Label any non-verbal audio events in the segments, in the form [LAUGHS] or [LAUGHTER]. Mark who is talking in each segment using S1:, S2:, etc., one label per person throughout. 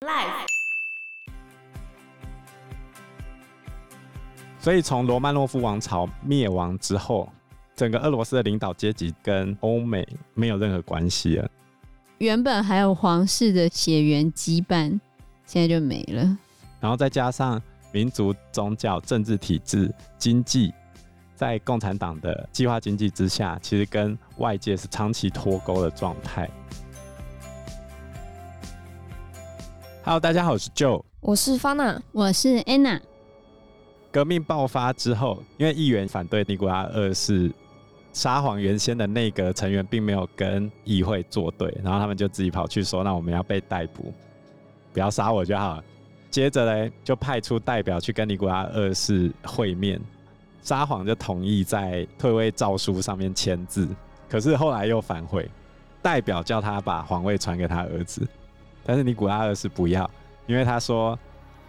S1: Life
S2: 所以从罗曼诺夫王朝灭亡之后，整个俄罗斯的领导阶级跟欧美没有任何关系了。
S3: 原本还有皇室的血缘羁绊，现在就没了。
S2: 然后再加上民族、宗教、政治体制、经济，在共产党的计划经济之下，其实跟外界是长期脱钩的状态。Hello，大家好，我是 Joe。
S4: 我是方娜，
S3: 我是 Anna，
S2: 革命爆发之后，因为议员反对尼古拉二世撒谎，原先的内阁成员并没有跟议会作对，然后他们就自己跑去说：“那我们要被逮捕，不要杀我就好了。”接着嘞，就派出代表去跟尼古拉二世会面，撒谎就同意在退位诏书上面签字，可是后来又反悔，代表叫他把皇位传给他儿子，但是尼古拉二世不要，因为他说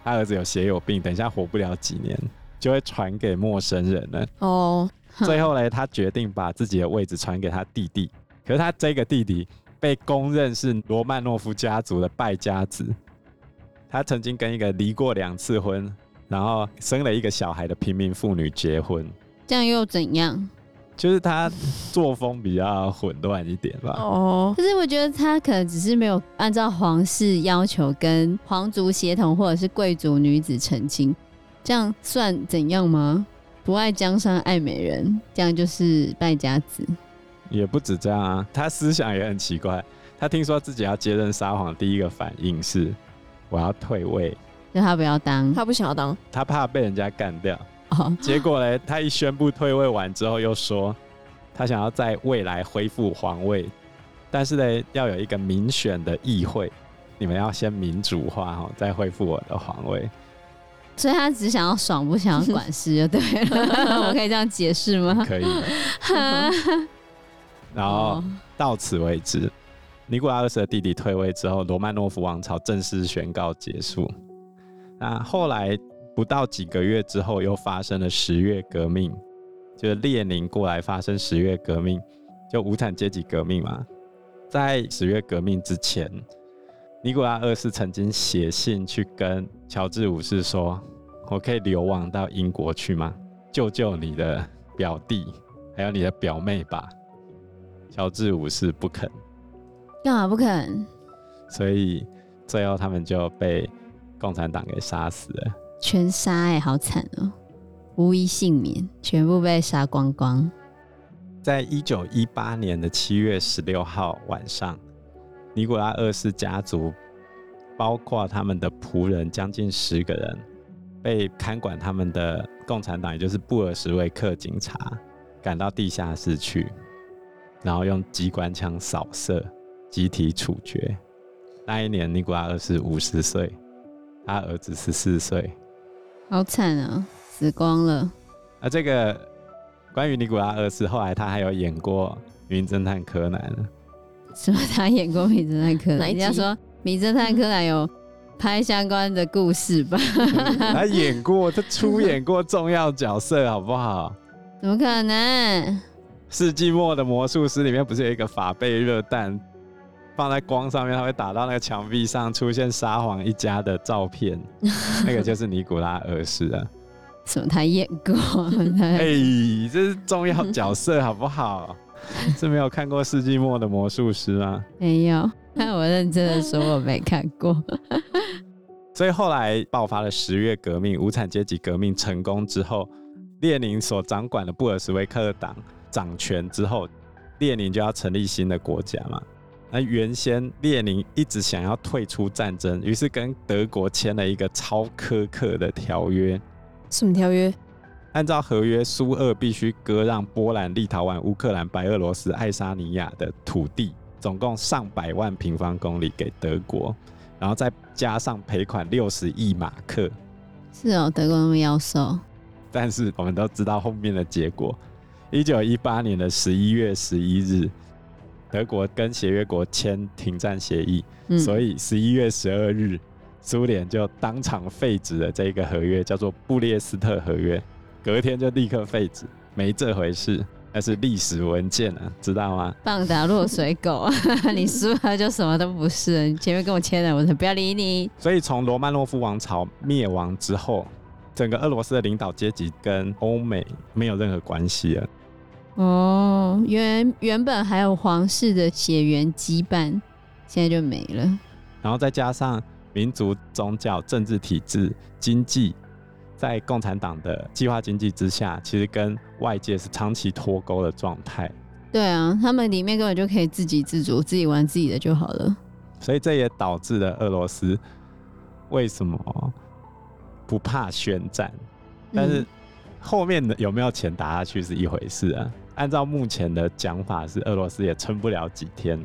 S2: 他儿子有血友病，等一下活不了几年，就会传给陌生人了。
S4: 哦，
S2: 最后嘞，他决定把自己的位置传给他弟弟，可是他这个弟弟被公认是罗曼诺夫家族的败家子。他曾经跟一个离过两次婚，然后生了一个小孩的平民妇女结婚，
S3: 这样又怎样？
S2: 就是他作风比较混乱一点吧。
S4: 哦，
S3: 可是我觉得他可能只是没有按照皇室要求跟皇族协同，或者是贵族女子成亲，这样算怎样吗？不爱江山爱美人，这样就是败家子。
S2: 也不止这样啊，他思想也很奇怪。他听说自己要接任沙皇，第一个反应是我要退位，
S3: 就他不要当
S4: 他不想要当，
S2: 他怕被人家干掉。
S3: [LAUGHS] 哦，
S2: 结果嘞，他一宣布退位完之后，又说他想要在未来恢复皇位，但是呢，要有一个民选的议会，你们要先民主化哈，再恢复我的皇位。
S3: 所以他只想要爽，不想要管事就对了。我 [LAUGHS] 可以这样解释吗？
S2: 可以的。然后
S3: 哦，
S2: 到此为止，尼古拉二世的弟弟退位之后，罗曼诺夫王朝正式宣告结束。那后来不到几个月之后，又发生了十月革命，就是列宁过来发生十月革命，就无产阶级革命嘛。在十月革命之前，尼古拉二世曾经写信去跟乔治五世说：“我可以流亡到英国去吗？救救你的表弟，还有你的表妹吧。”乔治五世不肯，
S3: 干嘛不肯？
S2: 所以最后他们就被共产党给杀死了。
S3: 全杀哎、好惨哦、无一幸免，全部被杀光光。
S2: 在一九一八年的七月十六号晚上，尼古拉二世家族，包括他们的仆人将近十个人，被看管他们的共产党，也就是布尔什维克警察赶到地下室去，然后用机关枪扫射，集体处决。那一年，尼古拉二世五十岁，他儿子十四岁。
S3: 好惨啊、死光了。
S2: 啊，这个关于尼古拉二世，后来他还有演过《名侦探柯南》了。
S3: 什么？他演过《名侦探柯南》？
S4: 哪一
S3: 人
S4: 集
S3: 家说《名侦探柯南》有拍相关的故事吧？
S2: 他演过，他出演过重要角色，好不好？
S3: [LAUGHS] 怎么可能？
S2: 世纪末的魔术师里面不是有一个法贝热弹，放在光上面，它会打到那个墙壁上，出现沙皇一家的照片，那个就是尼古拉二世啊。
S3: 什么？他演过？
S2: [LAUGHS]
S3: 他
S2: 哎、这是重要角色，好不好？是没有看过世纪末的魔术师吗？
S3: 没有。我认真的说，我没看过。
S2: 所以后来爆发了十月革命，无产阶级革命成功之后，列宁所掌管的布尔什维克党掌权之后，列宁就要成立新的国家嘛。那原先列宁一直想要退出战争，于是跟德国签了一个超苛刻的条约。
S4: 什么条约？
S2: 按照合约，苏俄必须割让波兰、立陶宛、乌克兰、白俄罗斯、爱沙尼亚的土地，总共上百万平方公里给德国，然后再加上赔款六十亿马克。
S3: 是哦，德国那么妖兽，
S2: 但是我们都知道后面的结果。一九一八年的十一月十一日，德国跟协约国签停战协议，
S3: 嗯，
S2: 所以十一月十二日，苏联就当场废止了这个合约，叫做布列斯特合约。隔天就立刻废止，没这回事。那是历史文件啊，知道吗？
S3: 棒打落水狗 [LAUGHS] 啊！你输了就什么都不是了。你前面跟我签了，我才不要理你。
S2: 所以从罗曼诺夫王朝灭亡之后，整个俄罗斯的领导阶级跟欧美没有任何关系了。
S3: 哦，原原本还有皇室的血缘羁绊，现在就没了。
S2: 然后再加上民族、宗教、政治体制、经济，在共产党的计划经济之下，其实跟外界是长期脱钩的状态。
S3: 对啊，他们里面根本就可以自给自足，自己玩自己的就好了。
S2: 所以这也导致了俄罗斯为什么不怕宣战，但是
S3: 嗯
S2: 后面的有没有钱打下去是一回事啊。按照目前的讲法是，俄罗斯也撑不了几天，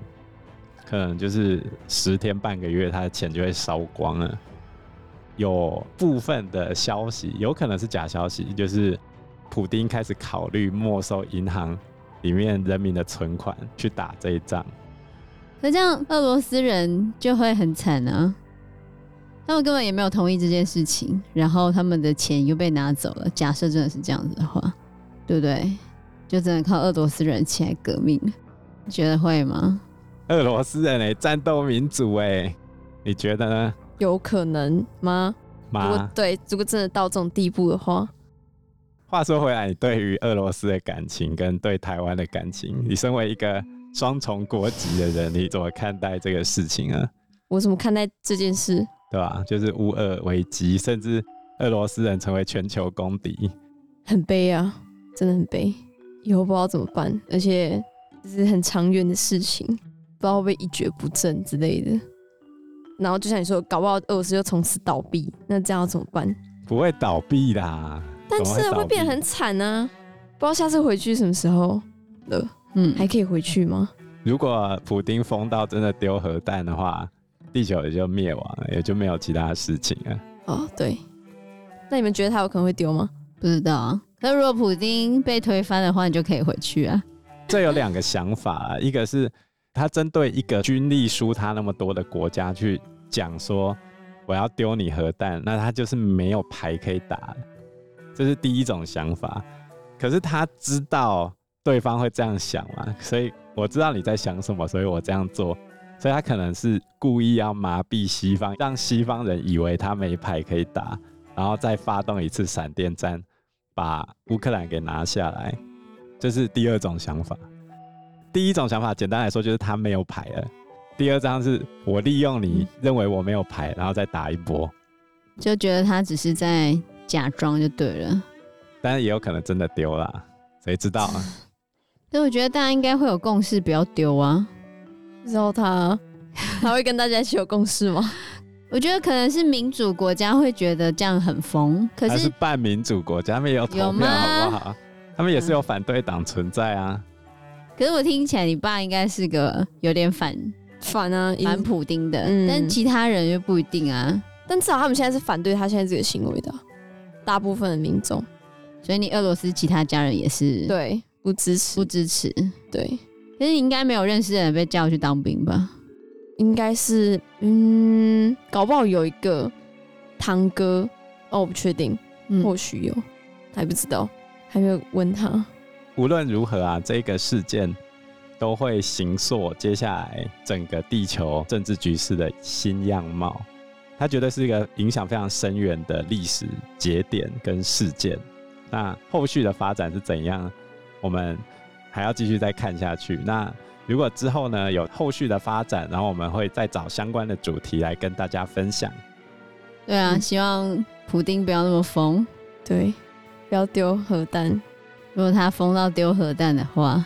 S2: 可能就是十天半个月，他的钱就会烧光了。有部分的消息有可能是假消息，就是普丁开始考虑没收银行里面人民的存款去打这一仗。
S3: 可这样俄罗斯人就会很惨啊！他们根本也没有同意这件事情，然后他们的钱又被拿走了。假设真的是这样子的话，对不对？就只能靠俄罗斯人起来革命了，你觉得会吗？
S2: 俄罗斯人哎、战斗民族哎、你觉得呢？
S4: 有可能吗？如果
S2: 妈，
S4: 对，如果真的到这种地步的话，
S2: 话说回来，你对于俄罗斯的感情跟对台湾的感情，你身为一个双重国籍的人，你怎么看待这个事情啊？
S4: 我怎么看待这件事？
S2: 对吧？就是乌俄危机，甚至俄罗斯人成为全球公敌，
S4: 很悲啊，真的很悲，以后不知道怎么办，而且这是很长远的事情，不知道会不会一蹶不振之类的。然后就像你说，搞不好俄罗斯就从此倒闭，那这样要怎么办？
S2: 不会倒闭啦。
S4: 但
S2: 怎么
S4: 是
S2: 倒
S4: 会
S2: 闭
S4: 变得很惨啊！不知道下次回去什么时候了，
S3: 嗯，
S4: 还可以回去吗？
S2: 如果普丁疯到真的丢核弹的话，地球也就灭亡了，也就没有其他事情了。
S4: 哦，对。那你们觉得他有可能会丢吗？
S3: 不知道啊。可如果普丁被推翻的话，你就可以回去啊。
S2: 这有两个想法啊、一个是他针对一个军力输他那么多的国家去讲说我要丢你核弹，那他就是没有牌可以打，这是第一种想法。可是他知道对方会这样想嘛，所以我知道你在想什么，所以我这样做，所以他可能是故意要麻痹西方，让西方人以为他没牌可以打，然后再发动一次闪电战，把乌克兰给拿下来。这是第二种想法。第一种想法，简单来说就是他没有牌了。第二张是我利用你认为我没有牌，然后再打一波，
S3: 就觉得他只是在假装就对了。
S2: 当然也有可能真的丢啦，谁知道啊？
S3: 所以我觉得大家应该会有共识，不要丢啊。
S4: 知道他 [LAUGHS] 他会跟大家一起有共识吗？
S3: 我觉得可能是民主国家会觉得这样很疯，可
S2: 他
S3: 是
S2: 是半民主国家，他们也有投票，
S3: 有吗嗯
S2: 好不好？他们也是有反对党存在啊。
S3: 可是我听起来你爸应该是个有点反
S4: 反啊，一定
S3: 反普丁的，
S4: 嗯
S3: 但其他人就不一定啊。
S4: 但至少他们现在是反对他现在这个行为的啊、大部分的民众
S3: 所以你俄罗斯其他家人也是
S4: 对不支持
S3: 不，支持。
S4: 对，
S3: 可是你应该没有认识的人被叫去当兵吧？
S4: 应该是嗯，搞不好有一个堂哥哦，我不确定，
S3: 嗯，
S4: 或许有，还不知道，还没有问他。
S2: 无论如何啊，这个事件都会形塑接下来整个地球政治局势的新样貌。它绝对是一个影响非常深远的历史节点跟事件。那后续的发展是怎样，我们还要继续再看下去。那如果之后呢有后续的发展，然后我们会再找相关的主题来跟大家分享。
S3: 对啊，
S4: 嗯
S3: 希望普丁不要那么疯。
S4: 对，不要丢核弹，
S3: 如果他疯到丢核弹的话，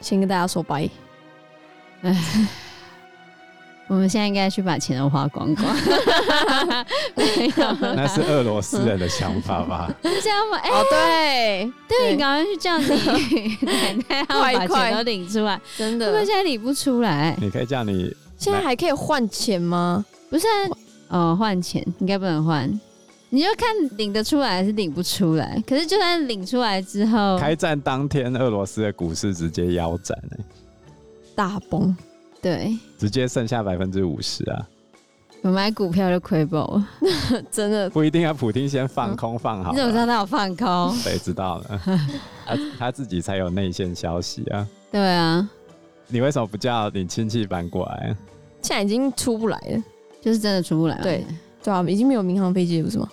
S4: 先跟大家说拜。
S3: 我们现在应该去把钱都花光
S4: [LAUGHS]
S3: 光。没有
S2: 那
S3: 啦，
S2: 是俄罗斯人的想法吧？
S3: 这样吧，哎、
S4: 哦，对，
S3: 对，你赶快去叫
S4: [LAUGHS]
S3: 你奶奶，要
S4: 快
S3: 把
S4: 快
S3: 钱都领出来。会
S4: 真
S3: 不
S4: 的
S3: 会现，在领不出来？
S2: 你可以叫你
S4: 现在还可以换钱吗？
S3: 不是啊、哦，换钱应该不能换，你就看领得出来还是领不出来。可是就算领出来之后，
S2: 开战当天，俄罗斯的股市直接腰斩、欸，
S4: 大崩，
S3: 对，
S2: 直接剩下百分之五十啊！
S3: 我买股票就亏爆了。
S4: 真的
S2: 不一定要普丁先放空放好
S3: 你怎么知道
S2: 了，
S3: 他有放
S4: [LAUGHS]
S3: 空？
S2: 谁知道呢？ [LAUGHS] 他他自己才有内线消息啊！
S3: 对啊，
S2: 你为什么不叫你亲戚搬过来？
S4: 现在已经出不来了，
S3: 就是真的出不来嘛。
S4: 对对啊，已经没有民航飞机了，不是吗？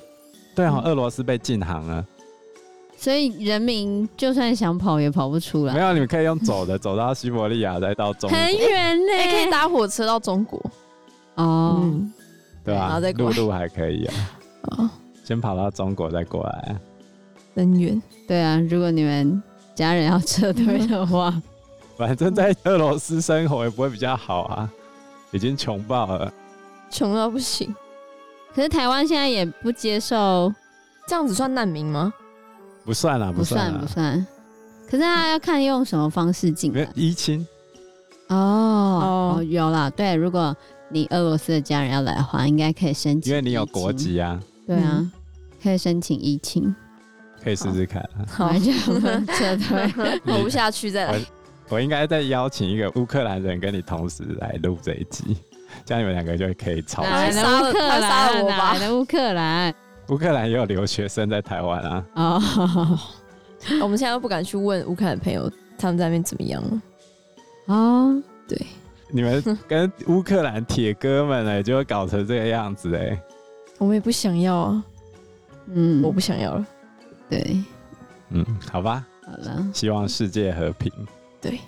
S2: 对啊，
S4: 嗯
S2: 俄罗斯被禁航啊了。
S3: 所以人民就算想跑也跑不出
S2: 没
S3: 来，
S2: 有，你们可以用走
S3: [LAUGHS]
S2: 的，走到西伯利亚，再到中，
S3: 很远呢、
S4: 哎、可以搭火车到中国，
S3: 哦。
S4: 嗯，
S2: 对
S4: 然
S2: 吧、
S4: 后再过
S2: 陆
S4: 来
S2: 路还可以啊，
S4: 啊，
S2: 先跑到中国再过来。
S4: 很远，
S3: 对啊，如果你们家人要撤退的话，
S2: 反正在俄罗斯生活也不会比较好啊，已经穷爆了。
S4: 穷到不行，
S3: [LAUGHS] 可是台湾现在也不接受，
S4: 这样子算难民吗？
S2: 啊不算啦，
S3: 不
S2: 算啊
S3: 算不
S2: 啦，
S3: 算。可是他要看用什么方式进
S2: 没有
S3: 来
S2: 疫情，
S3: 哦
S4: 哦
S3: 哦，有啦，对，如果你俄罗斯的家人要来的话，应该可以申请，
S2: 因为你有国，籍啊，
S3: 对啊
S4: 嗯，
S3: 可以申请疫情，
S2: 可以试
S3: 哦
S2: 试看啊。
S3: [LAUGHS]
S4: 好
S3: 反，正我们撤退。
S4: [LAUGHS] 活不下去再来，
S2: 我应该再邀请一个乌克兰人跟你同时来录这一集， [LAUGHS] 这样你们两个就可以吵。
S3: 哪来的乌克
S4: 他会杀
S3: 兰？
S4: 了我吧
S3: 哪来的乌克兰？
S2: 乌克兰也有留学生在台湾啊，
S3: 哦
S4: 我们现在又不敢去问乌克兰朋友他们在那边怎么样了，
S3: 哦，
S4: 对，
S2: 你们跟乌克兰铁哥们呢，就会搞成这个样子哎、
S4: 我们也不想要啊，
S3: 嗯，
S4: 我不想要了，
S3: 对，
S2: 嗯，好吧，
S3: 好了，
S2: 希望世界和平。
S4: 对，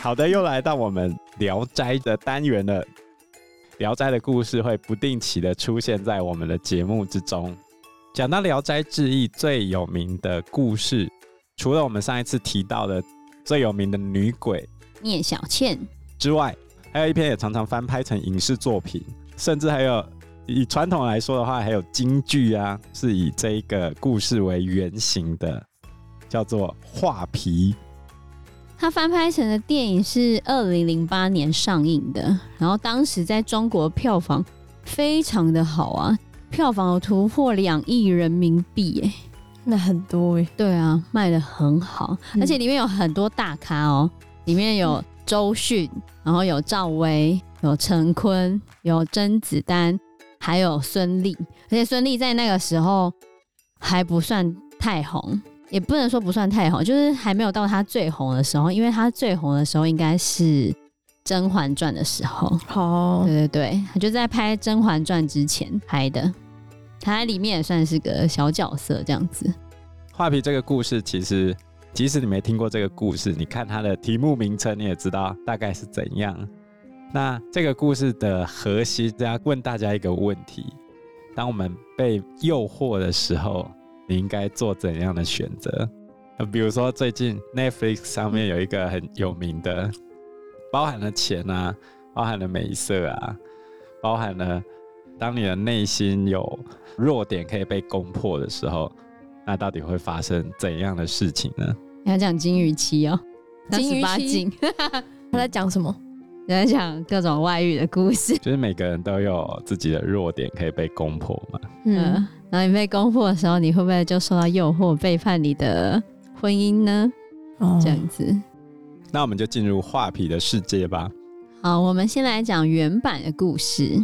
S2: 好的，又来到我们《聊斋》的单元了。《聊斋》的故事会不定期的出现在我们的节目之中。讲到《聊斋志异》最有名的故事，除了我们上一次提到的最有名的女鬼
S3: 聂小倩，
S2: 之外，还有一篇也常常翻拍成影视作品，甚至还有以传统来说的话，还有京剧啊，是以这一个故事为原型的，叫做《画皮》。
S3: 它翻拍成的电影是二零零八年上映的，然后当时在中国票房非常的好啊，票房有突破两亿人民币耶、
S4: 那很多哎、
S3: 对啊，卖的很好，
S4: 嗯
S3: 而且里面有很多大咖哦，里面有周迅，然后有赵薇，有陈坤，有甄子丹，还有孙俪，而且孙俪在那个时候还不算太红，也不能说不算太红，就是还没有到她最红的时候，因为她最红的时候应该是《甄嬛传》的时候，
S4: 好
S3: 对，对对，她就在拍《甄嬛传》之前拍的，她在里面也算是个小角色这样子。
S2: 画皮这个故事，其实即使你没听过这个故事，你看它的题目名称，你也知道大概是怎样。那这个故事的核心，大家问大家一个问题：当我们被诱惑的时候，你应该做怎样的选择？呃比如说，最近 Netflix 上面有一个很有名的，包含了钱啊，包含了美色啊，包含了当你的内心有弱点可以被攻破的时候，那到底会发生怎样的事情呢？
S3: 你要讲金鱼期哦，
S4: 金鱼
S3: 八
S4: 期
S3: 禁，
S4: 他在讲什么？
S3: [LAUGHS] 你在讲各种外遇的故事。
S2: 就是每个人都有自己的弱点可以被攻破嘛。
S3: [LAUGHS] 嗯、
S4: 嗯，
S3: 然后你被攻破的时候，你会不会就受到诱惑，背叛你的婚姻呢？
S4: 哦
S3: 这样子。
S2: 那我们就进入画皮的世界吧。
S3: 好，我们先来讲原版的故事。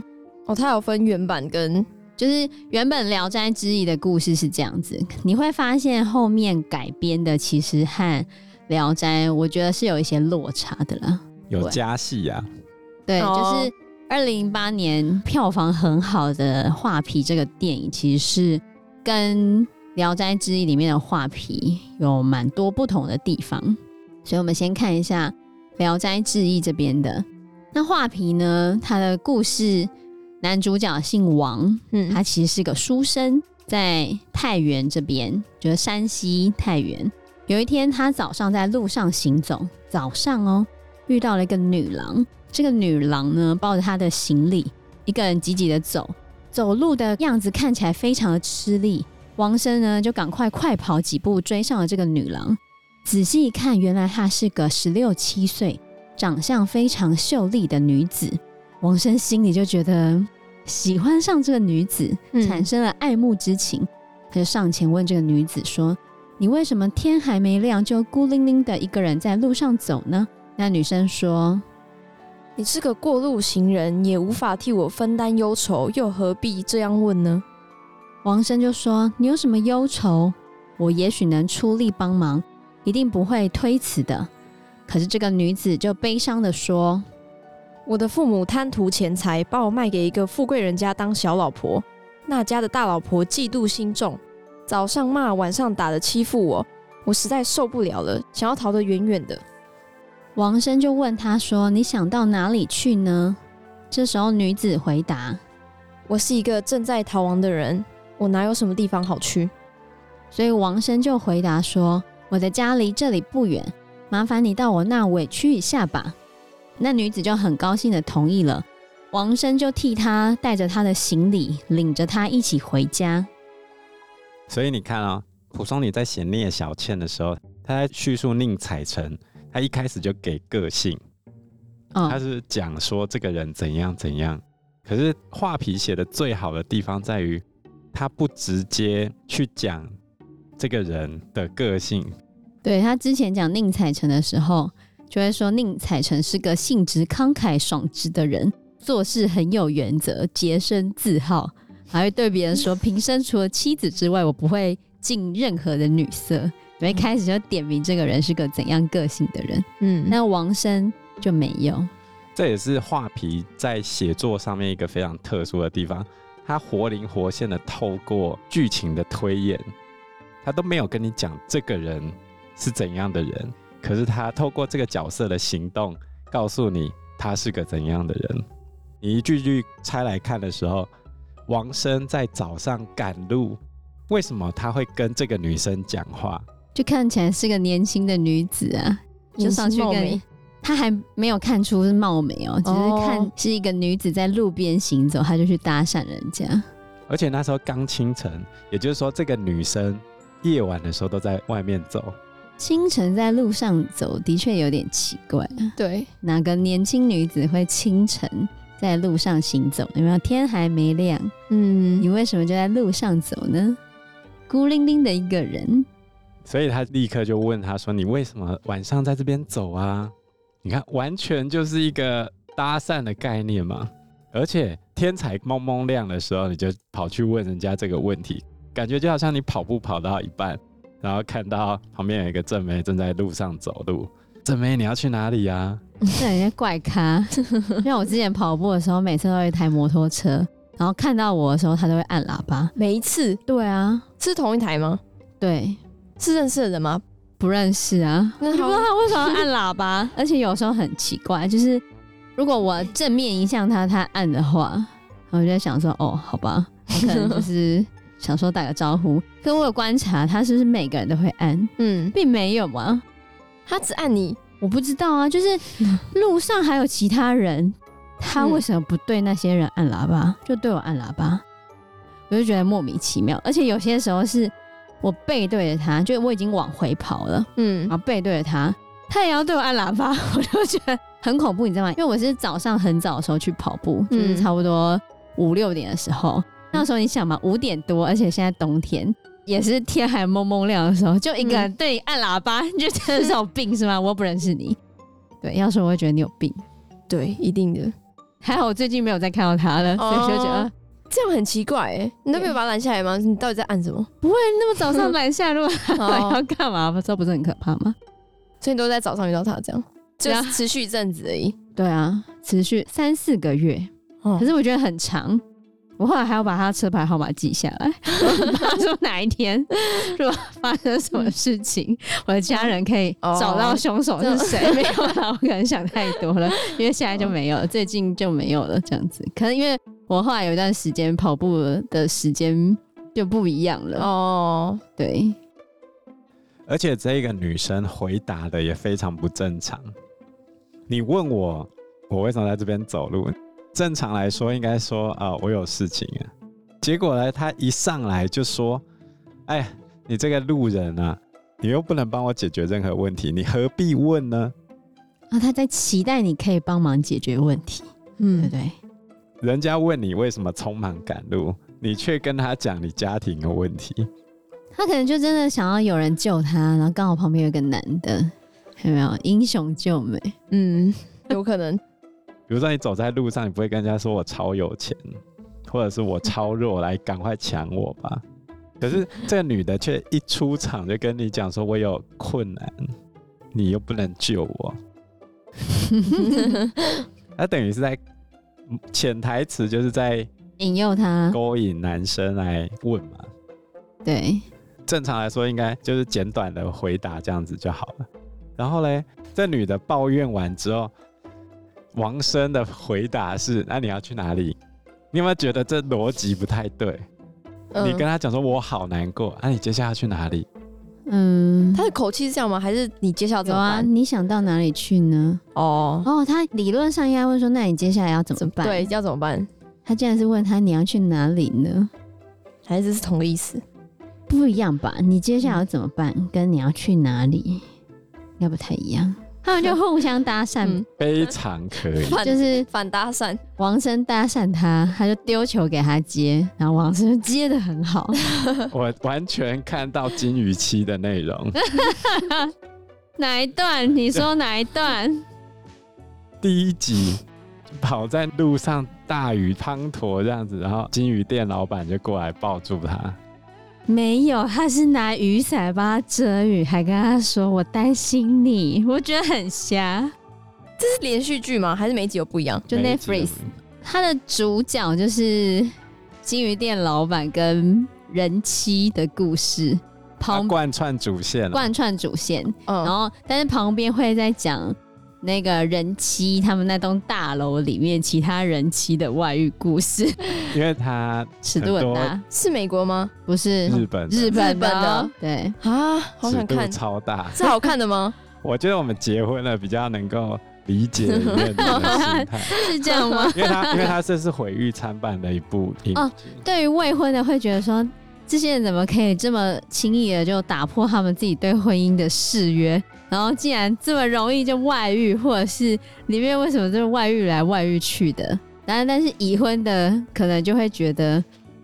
S4: 哦，他有分原版跟
S3: 就是原本《聊斋志异》的故事是这样子，你会发现后面改编的其实和《聊斋》我觉得是有一些落差的啦。
S2: 有
S3: 对
S2: 家戏啊，
S3: 对，
S4: 哦
S3: 就是二零零八年票房很好的《画皮》这个电影，其实是跟《聊斋志异》里面的《画皮》有蛮多不同的地方，所以我们先看一下《聊斋志异》这边的。那画皮呢？他的故事男主角姓王，
S4: 嗯
S3: 他其实是个书生，在太原这边，就是山西太原。有一天，他早上在路上行走，早上哦，遇到了一个女郎。这个女郎呢，抱着她的行李，一个人急急的走，走路的样子看起来非常的吃力。王生呢，就赶快快跑几步追上了这个女郎。仔细一看，原来她是个十六七岁、长相非常秀丽的女子。王生心里就觉得喜欢上这个女子，
S4: 嗯
S3: 产生了爱慕之情，他就上前问这个女子说：“你为什么天还没亮就孤零零的一个人在路上走呢？”那女生说：“
S4: 你是个过路行人，也无法替我分担忧愁，又何必这样问呢？
S3: 王生就说：“你有什么忧愁？我也许能出力帮忙，一定不会推辞的。”可是这个女子就悲伤的说
S4: 我的父母贪图钱财，把我卖给一个富贵人家当小老婆。那家的大老婆嫉妒心重，早上骂，晚上打的欺负我，我实在受不了了，想要逃得远远的。：“
S3: 王生就问她说：‘你想到哪里去呢？’”这时候女子回答
S4: 我是一个正在逃亡的人，我哪有什么地方好去？
S3: 所以王生就回答说：“我的家离这里不远，麻烦你到我那委屈一下吧。”那女子就很高兴的同意了。王生就替她带着她的行李，领着她一起回家。
S2: 所以你看啊、蒲松龄在写聂小倩的时候，他在叙述宁采臣，他一开始就给个性，他
S3: 哦，
S2: 是讲说这个人怎样怎样。可是画皮写的最好的地方在于，他不直接去讲这个人的个性，
S3: 对他之前讲宁采臣的时候，就会说宁采臣是个性直、慷慨、爽直的人，做事很有原则，洁身自好，还会对别人说：“平生除了妻子之外，我不会近任何的女色。”所以开始就点名这个人是个怎样个性的人，
S4: 嗯
S3: 那王生就没有。
S2: 这也是画皮在写作上面一个非常特殊的地方，他活灵活现的透过剧情的推演，他都没有跟你讲这个人是怎样的人，可是他透过这个角色的行动，告诉你他是个怎样的人。你一句句拆来看的时候，王生在早上赶路，为什么他会跟这个女生讲话？
S3: 就看起来是个年轻的女子啊，就上去
S4: 貌
S3: 跟
S4: 美
S3: 她还没有看出是貌美哦，只是看
S4: 哦
S3: 是一个女子在路边行走，她就去搭讪人家。
S2: 而且那时候刚清晨，也就是说这个女生夜晚的时候都在外面走。
S3: 清晨在路上走的确有点奇怪， [LAUGHS]
S4: 对，
S3: 哪个年轻女子会清晨在路上行走？有没有天还没亮，你
S4: 嗯，
S3: 为什么就在路上走呢？孤零零的一个 [LAUGHS] 人，
S2: 所以他立刻就问他说：“你为什么晚上在这边走啊？”你看，完全就是一个搭讪的概念嘛。而且天才蒙蒙亮的时候，你就跑去问人家这个问题，感觉就好像你跑步跑到一半，然后看到旁边有一个正妹正在路上走路，正妹你要去哪里啊？
S3: 这人家怪 [LAUGHS] 咖。像我之前跑步的时候，每次都有一台摩托车，然后看到我的时候，他都会按喇叭。
S4: 每一次
S3: 对啊，
S4: 是同一台吗？
S3: 对，
S4: 是认识的人吗？
S3: 不认识啊，
S4: 那
S3: 你不
S4: 好
S3: 知道他为什么要按喇
S4: [LAUGHS]
S3: 叭，而且有时候很奇怪，就是如果我正面迎向他，他按的话，然后我就在想说，哦，好吧，我可能就是想说打个招
S4: [LAUGHS]
S3: 呼。可我有观察，他是不是每个人都会按，
S4: 嗯，
S3: 并没有嘛，
S4: 他只按你，
S3: 我不知道啊，
S4: [LAUGHS]
S3: 就是路上还有其他人，他为什么不对那些人按喇叭，就对我按喇叭？我就觉得莫名其妙，而且有些时候是我背对着他，就我已经往回跑了。
S4: 嗯
S3: 然后背对着他，他也要对我按喇叭， [LAUGHS] 我就觉得很恐怖，你知道吗？因为我是早上很早的时候去跑步，就
S4: 嗯
S3: 是差不多五六点的时候。那时候你想嘛，五点多，而且现在冬天，也是天还蒙蒙亮的时候，就一个人
S4: 嗯
S3: 对你按喇叭， [LAUGHS] 你就觉得是有病是吗？我又不认识你，对，要说我会觉得你有病。
S4: 对，一定的。
S3: 还好我最近没有再看到他了，所以就觉得啊
S4: 哦这样很奇怪哎、你都没有把他拦下来吗？你到底在按
S3: [LAUGHS]
S4: 什么？
S3: 不会那么早
S4: [LAUGHS]
S3: 上拦下路， [LAUGHS]
S4: 哦
S3: 要干嘛？这不是很可怕吗？
S4: 所以你都在早上遇到他这样，就
S3: 对啊
S4: 是持续一阵子而已。
S3: 对啊，持续三四个月，
S4: 哦
S3: 可是我觉得很长。我后来还要把他车牌号码记下来， [LAUGHS] 我怕说哪一天 [LAUGHS] 如果发生什么事情，我的家人可以找到凶手是谁。没有啦，我可能想太多了，因为现在就没有了，最近就没有了这样子。可能因为我后来有一段时间跑步的时间就不一样了，
S4: 哦，
S3: 对，
S2: 而且这个女生回答的也非常不正常。你问我，我为什么在这边走路？正常来说应该说啊、我有事情啊。结果呢，她一上来就说：“哎呀，你这个路人啊，你又不能帮我解决任何问题，你何必问呢？
S3: 然后啊他在期待你可以帮忙解决问题，对
S4: 嗯
S3: 不，对？
S2: 人家问你为什么匆忙赶路，你却跟他讲你家庭有问题。”
S3: 他可能就真的想要有人救他，然后刚好旁边有一个男的，有没有英雄救美？
S4: [LAUGHS] [LAUGHS] 嗯，有可能。
S2: 比比如说你走在路上，你不会跟人家说我超有钱，或者是我超弱，来赶快抢我吧。可是这个女的却一出场就跟你讲说我有困难，你又不能救我，
S4: 嗯
S2: 她等于是在嗯潜台词就是在
S3: 引诱他，
S2: 勾引男生来问嘛。
S3: 对，
S2: 正常来说应该就是简短的回答这样子就好了。然后嘞，这女的抱怨完之后，王生的回答是：“那你要去哪里？”你有没有觉得这逻辑不太对？
S4: 嗯
S2: 你跟他讲说：“我好难过。”啊那、你接下来要去哪里？
S3: 嗯，
S4: 他的口气是这样吗？还是你接下来怎
S3: 有
S4: 么
S3: 啊，
S4: 办？
S3: 你想到哪里去呢？
S4: 哦，
S3: 哦，他理论上应该会说，那你接下来要怎么办？
S4: 对，，要怎么办？
S3: 他竟然是问他你要去哪里呢？
S4: 还是是同个意思？
S3: 不一样吧？你接下来要怎么办？跟你要去哪里，应该不太一样。他们就互相搭讪，
S4: [LAUGHS] 嗯。
S2: 非常可以
S3: [LAUGHS]
S4: 反
S3: 就是
S4: 反搭讪，
S3: 王生搭讪他，他就丢球给他接，然后王生接的很好。
S2: 我完全看到金鱼期的内容。
S3: 哪一段？你说哪一段？
S2: 第一集跑在路上，大雨滂沱这样子，然后金鱼店老板就过来抱住他。
S3: [LAUGHS] 没有，他是拿雨伞帮他遮雨，还跟他说我担心你，我觉得很瞎。
S4: 这是连续剧吗？还是每集有不一样？
S3: 就
S2: 每一集都
S3: Netflix 他的主角就是金鱼店老板跟人妻的故事，
S2: 它
S3: 旁
S2: 贯穿主线了。
S3: 贯穿主线，然
S4: 嗯，
S3: 后但是旁边会在讲那个人妻他们那栋大楼里面其他人妻的外遇故事，
S2: 因为他
S3: 尺度很大，
S4: 是美国吗？
S3: 不是
S2: 日本的
S3: 日本的哦
S4: 日本的
S3: 对，
S4: 啊，好
S2: 尺
S4: 想
S2: 度
S4: 看，
S2: 超大，
S4: 是好看的吗？
S2: 我觉得我们结婚了比较能够理解里面的心态，
S3: [LAUGHS] 是这样吗？
S2: 因为他因为他这是毁誉参半的一部影
S3: 哦
S2: 集，
S3: 对于未婚的会觉得说。这些人怎么可以这么轻易的就打破他们自己对婚姻的誓约？然后竟然这么容易就外遇，或者是里面为什么这么外遇来外遇去的？然后但是已婚的可能就会觉得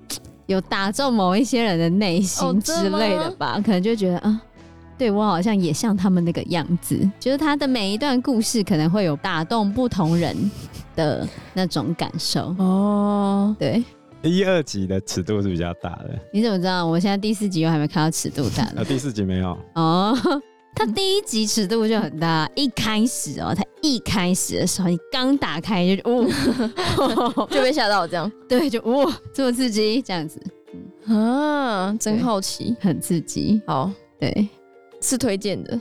S3: 嘖有打中某一些人的内
S4: 哦
S3: 心之
S4: 真的吗
S3: 类的吧，可能就觉得啊，对我好像也像他们那个样子。就是他的每一段故事可能会有打动不同人的那种感受。
S4: 哦，
S3: 对，
S2: 一二集的尺度是比较大的，
S3: 你怎么知道？我现在第四集又还没看到尺度大
S2: 呃，
S3: 呢。
S2: 第四集没有，
S3: 哦， [LAUGHS] 它第一集尺度就很大，一开始哦，它一开始的时候，你刚打开就哦， [LAUGHS]
S4: 就被吓到这样
S3: 对，就哇、这么刺激，这样子
S4: 啊，真好奇。
S3: 很刺激。
S4: 好，
S3: 对，
S4: 是推荐的，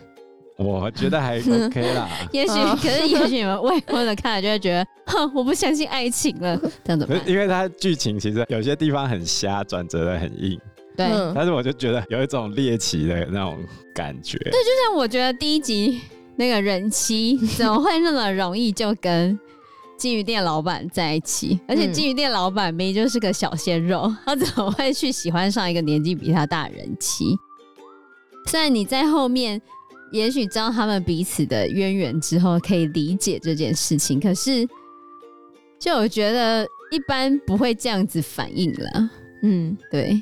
S2: 我觉得还 OK 啦。
S3: 也许、
S4: 哦
S3: 可是也许你们未婚的看了就会觉得，哼，我不相信爱情了，这样怎
S2: 可
S3: 么
S2: 是
S3: 办？
S2: 因为它剧情其实有些地方很瞎，转折的很硬，
S3: 对，
S4: 嗯
S2: 但是我就觉得有一种猎奇的那种感觉。
S3: 但我觉得第一集那个人妻怎么会那么容易就跟金鱼店老板在一起？而且
S4: 嗯
S3: 金鱼店老板明明就是个小鲜肉，他怎么会去喜欢上一个年纪比他大的人妻？虽然你在后面也许知道他们彼此的渊源之后，可以理解这件事情，可是就我觉得一般不会这样子反应了。
S4: 嗯，
S3: 对，